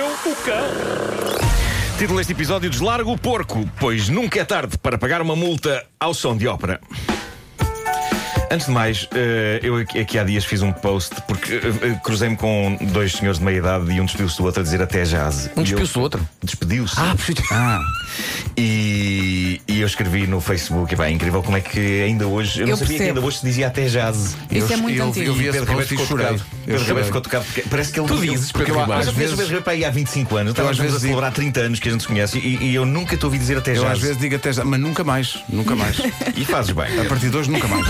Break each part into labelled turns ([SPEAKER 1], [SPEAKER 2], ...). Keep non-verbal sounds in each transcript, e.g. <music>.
[SPEAKER 1] maluca!
[SPEAKER 2] Título deste episódio: Deslarga o porco, pois nunca é tarde para pagar uma multa ao som de ópera. Antes de mais, eh, eu aqui aqui há dias fiz um post porque eh, eh, cruzei-me com dois senhores de meia idade e um despediu-se do outro a dizer até jazz. E
[SPEAKER 3] Um
[SPEAKER 2] eu-
[SPEAKER 3] despiu-se do outro.
[SPEAKER 2] Despediu-se.
[SPEAKER 3] Ah, perfeito. Ah.
[SPEAKER 2] E, e eu escrevi no Facebook, e pá, é incrível como é que ainda hoje, eu não
[SPEAKER 4] Eu
[SPEAKER 2] sabia que
[SPEAKER 4] percebo.
[SPEAKER 2] ainda hoje se dizia até jazz.
[SPEAKER 4] Isso
[SPEAKER 3] Eu-
[SPEAKER 4] é muito
[SPEAKER 3] eu-
[SPEAKER 4] antigo.
[SPEAKER 3] eu vi esse
[SPEAKER 2] Pedro Ribeiro
[SPEAKER 3] post e
[SPEAKER 2] ficou
[SPEAKER 3] chorei.
[SPEAKER 2] tocado.
[SPEAKER 3] Eu
[SPEAKER 2] Pedro
[SPEAKER 3] chorei.
[SPEAKER 2] Ribeiro ficou tocado porque parece que ele.
[SPEAKER 3] Tu dizes, Pedro
[SPEAKER 2] porque eu,
[SPEAKER 3] Ribeiro.
[SPEAKER 2] às
[SPEAKER 3] Às
[SPEAKER 2] vezes o
[SPEAKER 3] vezes-
[SPEAKER 2] Pedro Ribeiro para aí há 25 anos, então
[SPEAKER 3] às
[SPEAKER 2] às vezes a
[SPEAKER 3] vezes digo-
[SPEAKER 2] celebrar 30 anos que a gente se conhece e, e eu nunca te ouvi dizer até
[SPEAKER 3] Eu
[SPEAKER 2] jazz.
[SPEAKER 3] às vezes digo até já, mas nunca mais, nunca mais. A
[SPEAKER 2] E fazes bem.
[SPEAKER 3] partir de hoje, nunca mais.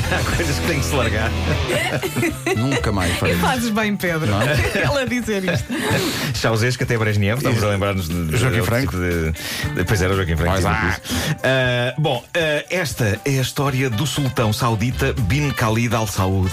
[SPEAKER 2] Há coisas que têm que se largar.
[SPEAKER 3] <laughs> nunca mais. Para
[SPEAKER 4] E
[SPEAKER 3] mim.
[SPEAKER 4] fazes bem, Pedro.
[SPEAKER 3] Não
[SPEAKER 2] é?
[SPEAKER 4] <laughs> Ela dizer isto.
[SPEAKER 2] Chauzesca até Brezhnev, estamos a lembrar-nos de, de
[SPEAKER 3] Joaquim
[SPEAKER 2] outro
[SPEAKER 3] Franco.
[SPEAKER 2] tipo de- de- pois era Joaquim Franco.
[SPEAKER 3] Pois
[SPEAKER 2] sim,
[SPEAKER 3] há.
[SPEAKER 2] isso. Ah, bom, ah, esta é a história do sultão saudita Bin Khalid Al Saud.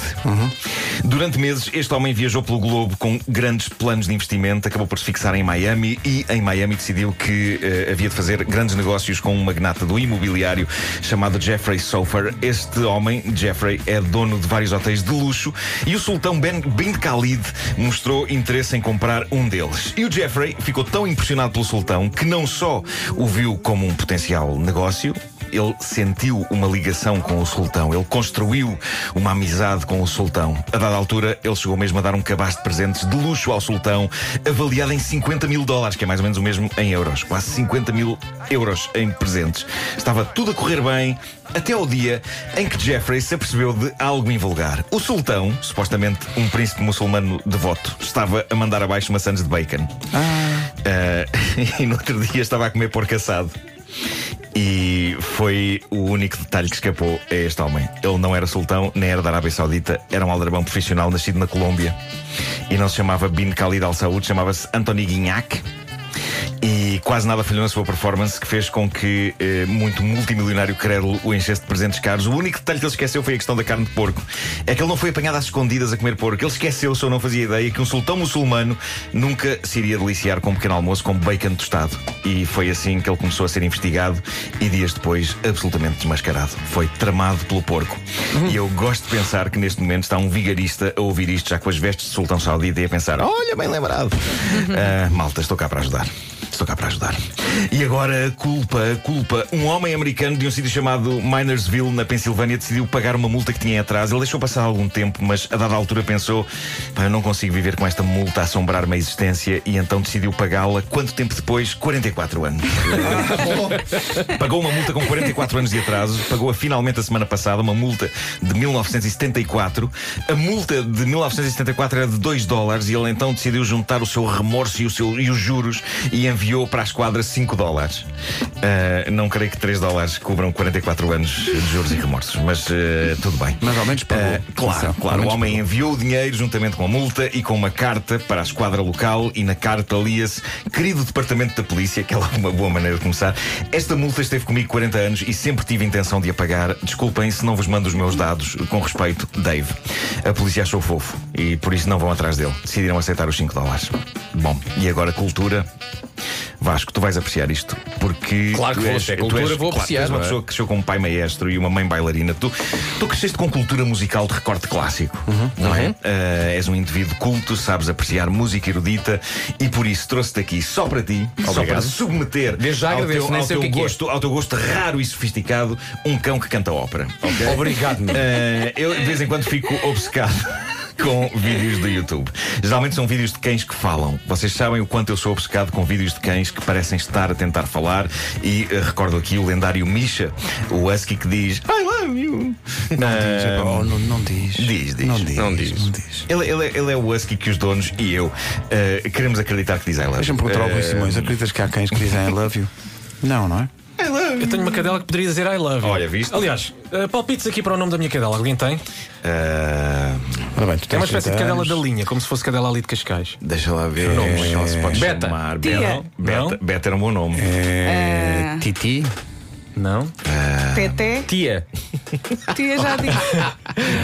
[SPEAKER 2] Durante meses, este homem viajou pelo globo com grandes planos de investimento, acabou por se fixar em Miami e em Miami decidiu que eh, havia de fazer grandes negócios com um magnata do imobiliário chamado Jeffrey Sofer. Este homem, Jeffrey, é dono de vários hotéis de luxo e o sultão ben, Bin Khalid mostrou interesse em comprar um deles. E o Jeffrey ficou tão impressionado pelo sultão que não só o viu como um potencial negócio, ele sentiu uma ligação com o sultão, ele construiu uma amizade com o sultão. A dada altura, ele chegou mesmo a dar um cabaz de presentes de luxo ao sultão, avaliado em 50 mil dólares, que é mais ou menos o mesmo em euros. Quase 50 mil euros em presentes. Estava tudo a correr bem, até ao dia em que Jeffrey se apercebeu de algo invulgar. O sultão, supostamente um príncipe muçulmano devoto, estava a mandar abaixo maçãs de bacon. Ah, <laughs> e no outro dia estava a comer porco assado. E foi o único detalhe que escapou a este homem. Ele não era sultão, nem era da Arábia Saudita, era um aldrabão profissional nascido na Colômbia. E não se chamava Bin Khalid Al Saud, chamava-se Anthony Guignac. E quase nada falhou na sua performance, que fez com que eh, muito multimilionário crédulo o enchesse de presentes caros. O único detalhe que ele esqueceu foi a questão da carne de porco. É que ele não foi apanhado às escondidas a comer porco. Ele esqueceu-se ou não fazia ideia que um sultão muçulmano nunca se iria deliciar com um pequeno almoço com bacon tostado. E foi assim que ele começou a ser investigado e dias depois absolutamente desmascarado. Foi tramado pelo porco. E eu gosto de pensar que neste momento está um vigarista a ouvir isto, já com as vestes de sultão saudita e a pensar: olha, bem lembrado. Ah, malta, estou cá para ajudar. Estou cá para ajudar. E agora, culpa, culpa. Um homem americano de um sítio chamado Minersville, na Pensilvânia, decidiu pagar uma multa que tinha em atraso. Ele deixou passar algum tempo, mas a dada altura pensou: "Pá, eu não consigo viver com esta multa a assombrar-me a existência, e então decidiu pagá-la. Quanto tempo depois? 44 anos. Pagou uma multa com 44 anos de atraso, pagou-a finalmente a semana passada, uma multa de 1974. A multa de 1974 era de 2 dólares e ele então decidiu juntar o seu remorso e, o seu- e os juros e enviou para a esquadra 5 dólares. Ah, não creio que 3 dólares cobram 44 anos de juros e remorsos, mas ah, tudo bem.
[SPEAKER 3] Mas ao menos pagou.
[SPEAKER 2] Ah,
[SPEAKER 3] Atenção,
[SPEAKER 2] claro,
[SPEAKER 3] ao
[SPEAKER 2] claro. O
[SPEAKER 3] menos
[SPEAKER 2] homem enviou o dinheiro juntamente com a multa e com uma carta para a esquadra local e na carta lia-se Querido Departamento da Polícia, que é logo uma boa maneira de começar. Esta multa esteve comigo 40 anos e sempre tive intenção de a pagar. Desculpem se não vos mando os meus dados. Com respeito, Dave. A polícia achou fofo e por isso não vão atrás dele. Decidiram aceitar os 5 dólares. Bom, e agora cultura. Vasco, tu vais apreciar isto porque.
[SPEAKER 3] Claro que
[SPEAKER 2] tu
[SPEAKER 3] vou,
[SPEAKER 2] és-
[SPEAKER 3] é
[SPEAKER 2] tu
[SPEAKER 3] cultura,
[SPEAKER 2] és-
[SPEAKER 3] vou
[SPEAKER 2] claro, tu és
[SPEAKER 3] apreciar,
[SPEAKER 2] uma
[SPEAKER 3] não é?
[SPEAKER 2] pessoa que cresceu com um pai maestro e uma mãe bailarina. Tu, tu cresceste com cultura musical de recorte clássico,
[SPEAKER 3] Uhum.
[SPEAKER 2] não é? Ah, és um indivíduo culto, sabes apreciar música erudita e por isso trouxe-te aqui só para ti, só para submeter
[SPEAKER 3] Desde já
[SPEAKER 2] ao
[SPEAKER 3] agradeço,
[SPEAKER 2] teu,
[SPEAKER 3] nem
[SPEAKER 2] ao
[SPEAKER 3] sei o
[SPEAKER 2] teu
[SPEAKER 3] que é que é.
[SPEAKER 2] gosto, ao teu gosto raro e sofisticado, um cão que canta ópera. ok?
[SPEAKER 3] Obrigado, meu.
[SPEAKER 2] Eh, eu de vez em quando fico obcecado <laughs> com vídeos do YouTube. Geralmente são vídeos de cães que falam. Vocês sabem o quanto eu sou obcecado com vídeos de cães que parecem estar a tentar falar. E eh, recordo aqui o lendário Misha, o Husky que diz I love you. Eh,
[SPEAKER 3] Oh, não, não diz.
[SPEAKER 2] Diz, diz.
[SPEAKER 3] Não diz.
[SPEAKER 2] Não
[SPEAKER 3] diz. Não diz.
[SPEAKER 2] ele, ele é- ele é o Husky que os donos e eu eh, queremos acreditar que diz I love you.
[SPEAKER 3] Deixa-me perguntar ao
[SPEAKER 2] Eh,
[SPEAKER 3] Luís Simões: acreditas que há cães que dizem I love you? Não, não é?
[SPEAKER 5] Eu tenho uma cadela que poderia dizer I love. you.
[SPEAKER 2] Olha, viste?
[SPEAKER 5] Aliás, eh, palpites aqui para o nome da minha cadela. Alguém tem?
[SPEAKER 2] eh,
[SPEAKER 3] Ora bem, tu
[SPEAKER 5] É
[SPEAKER 3] tens
[SPEAKER 5] uma espécie de
[SPEAKER 3] 30
[SPEAKER 5] cadela
[SPEAKER 3] anos.
[SPEAKER 5] da linha, como se fosse cadela ali de Cascais.
[SPEAKER 2] Deixa lá ver. Não, ela se pode
[SPEAKER 5] Beta.
[SPEAKER 2] chamar.
[SPEAKER 4] Tia.
[SPEAKER 2] Beta.
[SPEAKER 5] Não?
[SPEAKER 2] Beta. Beta era um bom nome.
[SPEAKER 3] É. Titi.
[SPEAKER 5] Não?
[SPEAKER 4] PT,
[SPEAKER 5] Tia.
[SPEAKER 4] tia
[SPEAKER 5] <laughs>
[SPEAKER 4] já disse.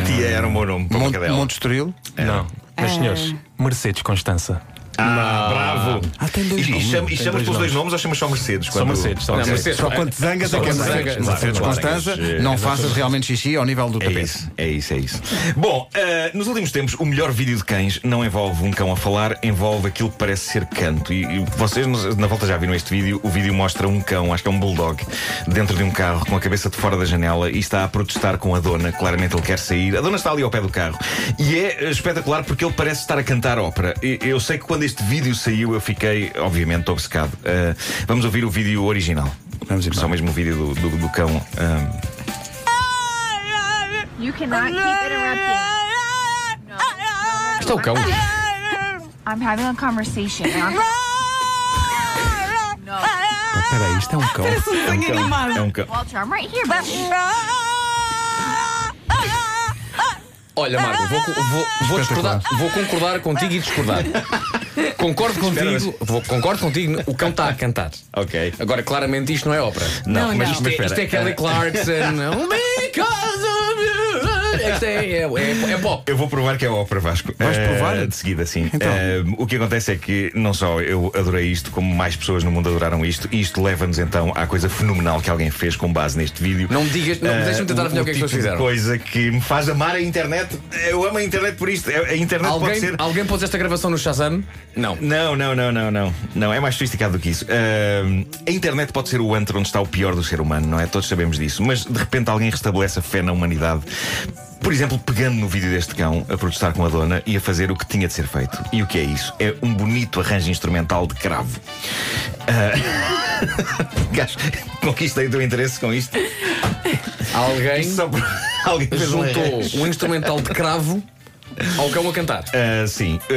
[SPEAKER 2] Tia era um bom nome para uma
[SPEAKER 3] Mon-
[SPEAKER 2] cadela.
[SPEAKER 3] Monte Estoril.
[SPEAKER 5] Não. Mas senhores, Mercedes Constança.
[SPEAKER 2] Ah, bravo!
[SPEAKER 3] Ah, tem dois
[SPEAKER 2] e,
[SPEAKER 3] nomes.
[SPEAKER 2] E, chama- e
[SPEAKER 5] Tem
[SPEAKER 2] chamas
[SPEAKER 5] dois
[SPEAKER 2] pelos dois nomes ou chamas só Mercedes?
[SPEAKER 5] Só
[SPEAKER 2] quando-
[SPEAKER 5] Mercedes, só
[SPEAKER 2] Ok.
[SPEAKER 5] Mercedes.
[SPEAKER 3] Só quando te zangas é que é
[SPEAKER 5] quando
[SPEAKER 3] Mercedes.
[SPEAKER 5] zangas.
[SPEAKER 3] Mercedes
[SPEAKER 2] Claro,
[SPEAKER 3] Constança,
[SPEAKER 2] é,
[SPEAKER 3] não
[SPEAKER 2] é,
[SPEAKER 3] faças realmente xixi ao nível do
[SPEAKER 2] É
[SPEAKER 3] tapete.
[SPEAKER 2] isso, é isso, é isso. Bom, eh, nos últimos tempos, o melhor vídeo de cães não envolve um cão a falar, envolve aquilo que parece ser canto. E, e vocês, nos- na volta, já viram este vídeo. O vídeo mostra um cão, acho que é um bulldog, dentro de um carro, com a cabeça de fora da janela e está a protestar com a dona. Claramente ele quer sair. A dona está ali ao pé do carro. E é eh, espetacular porque ele parece estar a cantar ópera. E- eu sei que quando este vídeo saiu, eu fiquei, obviamente, obcecado. Eh, vamos ouvir o vídeo original.
[SPEAKER 3] Vamos embora.
[SPEAKER 2] Só mesmo o vídeo do, do- do cão. ah,
[SPEAKER 1] You cannot keep interrupting. No.
[SPEAKER 5] Isto é o cão.
[SPEAKER 1] I'm having a conversation. and I'm- No.
[SPEAKER 3] Espera aí, isto é um cão.
[SPEAKER 4] Parece um
[SPEAKER 2] é um
[SPEAKER 4] desenho
[SPEAKER 2] cão,
[SPEAKER 4] animado.
[SPEAKER 2] é um cão.
[SPEAKER 1] Walter, I'm right here, buddy.
[SPEAKER 6] Olha, Marco, vou, co- vou- vou discordar, vou concordar contigo e discordar. Concordo contigo, vou- concordo contigo, o cão está a cantar.
[SPEAKER 2] Ok.
[SPEAKER 6] Agora, claramente, isto não é ópera.
[SPEAKER 2] Não,
[SPEAKER 4] Não,
[SPEAKER 2] mas
[SPEAKER 4] não.
[SPEAKER 2] isto
[SPEAKER 6] Isto
[SPEAKER 2] é,
[SPEAKER 6] é, isto é Kelly Clarkson. <laughs> Oh, Because of you. Isto é, é, é- é pop.
[SPEAKER 2] Eu vou provar que é ópera Vasco.
[SPEAKER 3] Vais
[SPEAKER 2] Eh,
[SPEAKER 3] provar?
[SPEAKER 2] de seguida, sim.
[SPEAKER 3] Então.
[SPEAKER 2] Eh, o que acontece é que não só eu adorei isto, como mais pessoas no mundo adoraram isto, e isto leva-nos então à coisa fenomenal que alguém fez com base neste vídeo.
[SPEAKER 6] Não me digas, não,
[SPEAKER 2] Eh,
[SPEAKER 6] deixa-me tentar
[SPEAKER 2] o-
[SPEAKER 6] adivinhar o que é que
[SPEAKER 2] tipo
[SPEAKER 6] as pessoas
[SPEAKER 2] de
[SPEAKER 6] fizeram.
[SPEAKER 2] coisa que me faz amar a internet. Eu amo a internet por isto. É, A a internet pode
[SPEAKER 6] Alguém,
[SPEAKER 2] ser.
[SPEAKER 6] alguém pôs esta gravação no Shazam? Não.
[SPEAKER 2] Não, não, não, não, não. Não, é mais sofisticado do que isso. Ahm, a internet pode ser o antro onde está o pior do ser humano, não é? Todos sabemos disso. Mas de repente alguém restabelece a fé na humanidade. Por exemplo, pegando no vídeo deste cão a protestar com a dona e a fazer o que tinha de ser feito. E o que é isso? É um bonito arranjo instrumental de cravo. Ah, <laughs> Gajo, conquistei o teu interesse com isto.
[SPEAKER 6] Alguém
[SPEAKER 2] Só por... <laughs> Alguém fez um
[SPEAKER 6] juntou um instrumental de cravo ao cão a cantar.
[SPEAKER 2] Ah, sim. Ah,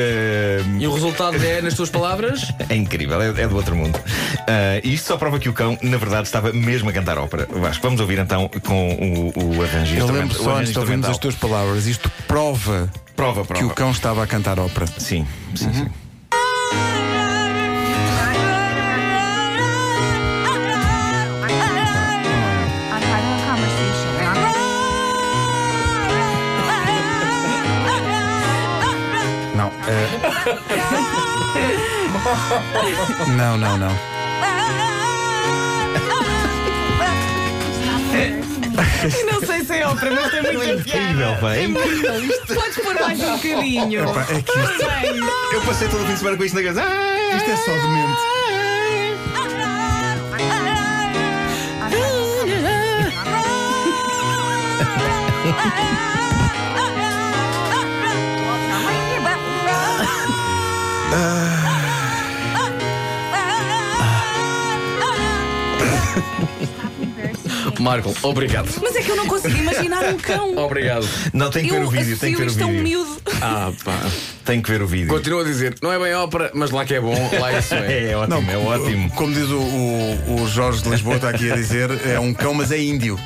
[SPEAKER 2] Ahm,
[SPEAKER 6] E o resultado é, nas tuas palavras,
[SPEAKER 2] É incrível, é, é do outro mundo. Ah, e isto só prova que o cão, na verdade, estava mesmo a cantar ópera. Vasco, vamos ouvir então com o, o arranjo
[SPEAKER 3] Eu
[SPEAKER 2] instrumental-
[SPEAKER 3] lembro
[SPEAKER 2] o
[SPEAKER 3] só
[SPEAKER 2] arranjo
[SPEAKER 3] antes de ouvirmos
[SPEAKER 2] instrumental.
[SPEAKER 3] as tuas palavras, isto prova
[SPEAKER 2] Prova,
[SPEAKER 3] que
[SPEAKER 2] prova.
[SPEAKER 3] o cão Uhum. estava a cantar ópera.
[SPEAKER 2] Sim, sim, sim.
[SPEAKER 1] I'm having a conversation. and I'm-
[SPEAKER 3] Não. eh, <laughs> Não, não, não.
[SPEAKER 4] Eu não sei se é ópera, mas tem muita piada.
[SPEAKER 2] Incrível, pá, é incrível.
[SPEAKER 4] Podes pôr mais um bocadinho.
[SPEAKER 3] Pá, é que isto,
[SPEAKER 2] Eu passei todo o fim de semana com isto na casa. Ah,
[SPEAKER 3] isto é só demente.
[SPEAKER 6] Marco, obrigado.
[SPEAKER 4] Mas é que eu não consegui imaginar um cão.
[SPEAKER 6] Obrigado.
[SPEAKER 2] Não, tem que ver
[SPEAKER 4] Eu
[SPEAKER 2] o vídeo, tem que ver
[SPEAKER 4] associo
[SPEAKER 2] o
[SPEAKER 4] isto a um
[SPEAKER 2] vídeo.
[SPEAKER 4] miúdo.
[SPEAKER 6] Ah, pá.
[SPEAKER 2] Tem que ver o vídeo.
[SPEAKER 6] Continuo a dizer, não é bem ópera, mas lá que é bom, lá isso é.
[SPEAKER 2] <laughs> É ótimo, é ótimo.
[SPEAKER 3] Como diz o, o- o Jorge de Lisboa, está aqui a dizer, é um cão, mas é índio.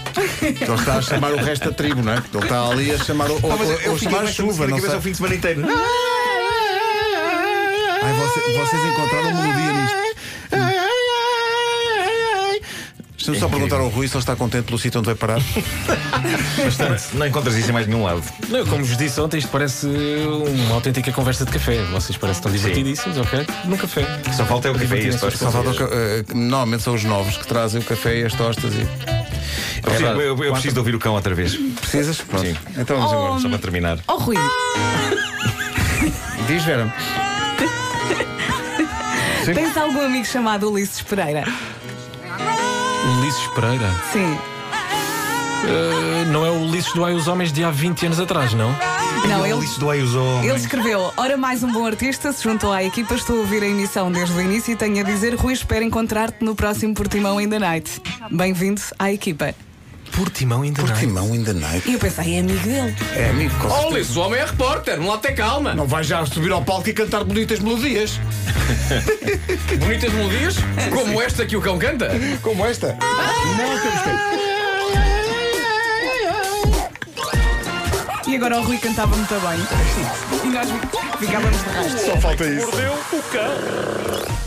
[SPEAKER 3] Então Ele está a chamar o resto da tribo, não é? Ele está ali a chamar o, ou,
[SPEAKER 2] Ah, mas
[SPEAKER 3] ou- ou chamar
[SPEAKER 2] bastante
[SPEAKER 3] chuva,
[SPEAKER 2] na
[SPEAKER 3] não
[SPEAKER 2] cabeça o
[SPEAKER 3] sei.
[SPEAKER 2] fim de semana inteiro.
[SPEAKER 3] Ai, você- vocês encontraram um melodia nisto. Deixa-me só perguntar ao Rui se ele está contente pelo sítio onde vai parar.
[SPEAKER 2] Bastante. Não encontras isso em mais nenhum lado.
[SPEAKER 5] Não, como vos disse ontem, isto parece uma autêntica conversa de café. Vocês parecem tão divertidíssimos, ok? Num café.
[SPEAKER 2] Só falta é o café e as
[SPEAKER 5] Divertirem-se
[SPEAKER 2] tostas.
[SPEAKER 5] com
[SPEAKER 3] Falta o ca- eh, normalmente são os novos que trazem o café e as tostas e.
[SPEAKER 2] Eu preciso, eu- eu preciso de ouvir o cão outra vez.
[SPEAKER 3] Precisas? Pronto.
[SPEAKER 2] Sim.
[SPEAKER 3] Então vamos embora.
[SPEAKER 2] Só para terminar.
[SPEAKER 4] Oh, Rui,
[SPEAKER 3] Diz, Vera.
[SPEAKER 4] tens algum amigo chamado Ulisses Pereira?
[SPEAKER 5] Ulisses Pereira.
[SPEAKER 4] Sim.
[SPEAKER 5] Ah, não é o Ulisses do Ai os Homens de há 20 anos atrás, não?
[SPEAKER 4] Não,
[SPEAKER 2] Ele
[SPEAKER 4] ele,
[SPEAKER 2] Ulisses doei os homens.
[SPEAKER 4] ele escreveu: Ora, mais um bom artista se juntou à equipa. Estou a ouvir a emissão desde o início e tenho a dizer: Rui, espero encontrar-te no próximo Portimão in the Night. Bem-vindo à equipa.
[SPEAKER 5] Portimão ainda
[SPEAKER 3] Portimão in the night.
[SPEAKER 4] E eu pensei: é amigo dele.
[SPEAKER 3] É amigo, com certeza.
[SPEAKER 6] Olha, esse homem é repórter, não lá ter calma.
[SPEAKER 3] Não vais já subir ao palco e cantar bonitas melodias.
[SPEAKER 6] Bonitas melodias, como esta que o cão canta.
[SPEAKER 3] Como esta.
[SPEAKER 4] E agora o Rui cantava muito bem. E nós ficávamos de rastro.
[SPEAKER 3] Só falta isso.